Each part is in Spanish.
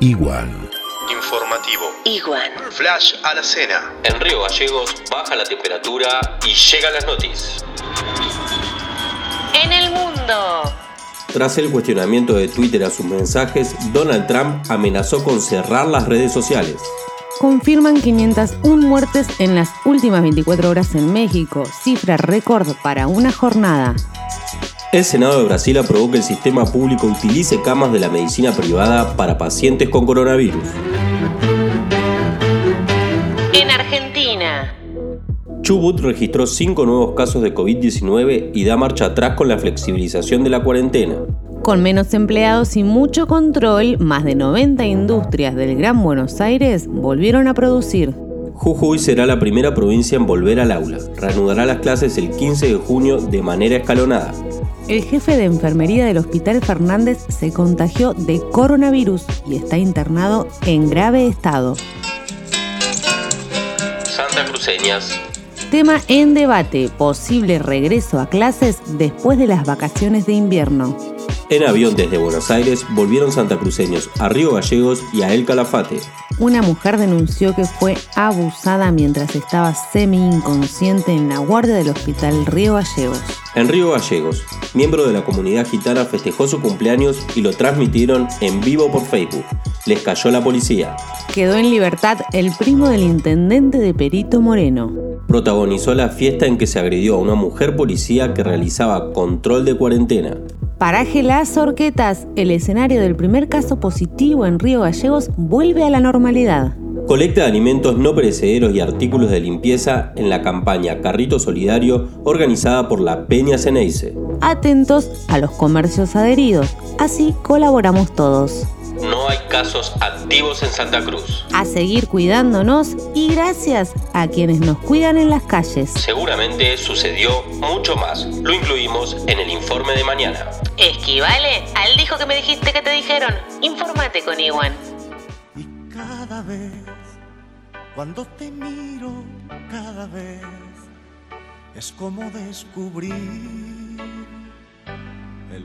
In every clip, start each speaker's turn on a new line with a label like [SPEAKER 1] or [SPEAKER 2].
[SPEAKER 1] Iguan.
[SPEAKER 2] Informativo.
[SPEAKER 3] Iguan.
[SPEAKER 2] Flash a la cena.
[SPEAKER 4] En Río Gallegos baja la temperatura y llegan las noticias.
[SPEAKER 3] En el mundo.
[SPEAKER 5] Tras el cuestionamiento de Twitter a sus mensajes, Donald Trump amenazó con cerrar las redes sociales.
[SPEAKER 6] Confirman 501 muertes en las últimas 24 horas en México, cifra récord para una jornada.
[SPEAKER 5] El Senado de Brasil aprobó que el sistema público utilice camas de la medicina privada para pacientes con coronavirus.
[SPEAKER 3] En Argentina.
[SPEAKER 5] Chubut registró 5 nuevos casos de COVID-19 y da marcha atrás con la flexibilización de la cuarentena.
[SPEAKER 6] Con menos empleados y mucho control, más de 90 industrias del Gran Buenos Aires volvieron a producir.
[SPEAKER 5] Jujuy será la primera provincia en volver al aula. Reanudará las clases el 15 de junio de manera escalonada.
[SPEAKER 6] El jefe de enfermería del Hospital Fernández se contagió de coronavirus y está internado en grave estado.
[SPEAKER 4] Santa Cruceñas.
[SPEAKER 6] Tema en debate, posible regreso a clases después de las vacaciones de invierno.
[SPEAKER 5] En avión desde Buenos Aires volvieron santacruceños a Río Gallegos y a El Calafate.
[SPEAKER 6] Una mujer denunció que fue abusada mientras estaba semi inconsciente en la guardia del hospital Río Gallegos.
[SPEAKER 5] En Río Gallegos, miembro de la comunidad gitana festejó su cumpleaños y lo transmitieron en vivo por Facebook. Les cayó la policía.
[SPEAKER 6] Quedó en libertad el primo del intendente de Perito Moreno.
[SPEAKER 5] Protagonizó la fiesta en que se agredió a una mujer policía que realizaba control de cuarentena.
[SPEAKER 6] Paraje Las Orquetas, el escenario del primer caso positivo en Río Gallegos vuelve a la normalidad.
[SPEAKER 5] Colecta de alimentos no perecederos y artículos de limpieza en la campaña Carrito Solidario organizada por la Peña Ceneice.
[SPEAKER 6] Atentos a los comercios adheridos, así colaboramos todos.
[SPEAKER 4] No hay casos activos en Santa Cruz.
[SPEAKER 6] A seguir cuidándonos y gracias a quienes nos cuidan en las calles.
[SPEAKER 4] Seguramente sucedió mucho más. Lo incluimos en el informe de mañana.
[SPEAKER 3] Esquivale al dijo que me dijiste que te dijeron. Infórmate con Iwan.
[SPEAKER 7] Y cada vez, cuando te miro, cada vez es como descubrir el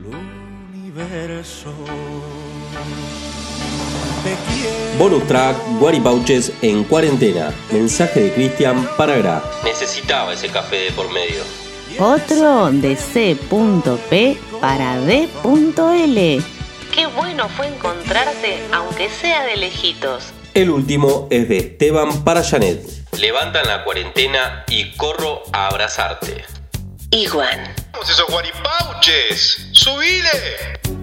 [SPEAKER 7] universo. Te quiero.
[SPEAKER 5] Bonus track, Guaripauches en cuarentena. Mensaje de Cristian para Gra.
[SPEAKER 4] Necesitaba ese café de por medio.
[SPEAKER 6] Otro de C.P para D.L.
[SPEAKER 3] Qué bueno fue encontrarte, aunque sea de lejitos.
[SPEAKER 5] El último es de Esteban para Janet.
[SPEAKER 4] Levantan la cuarentena y corro a abrazarte.
[SPEAKER 3] Iwan.
[SPEAKER 2] ¡Vamos esos guaripauches! ¡Subile!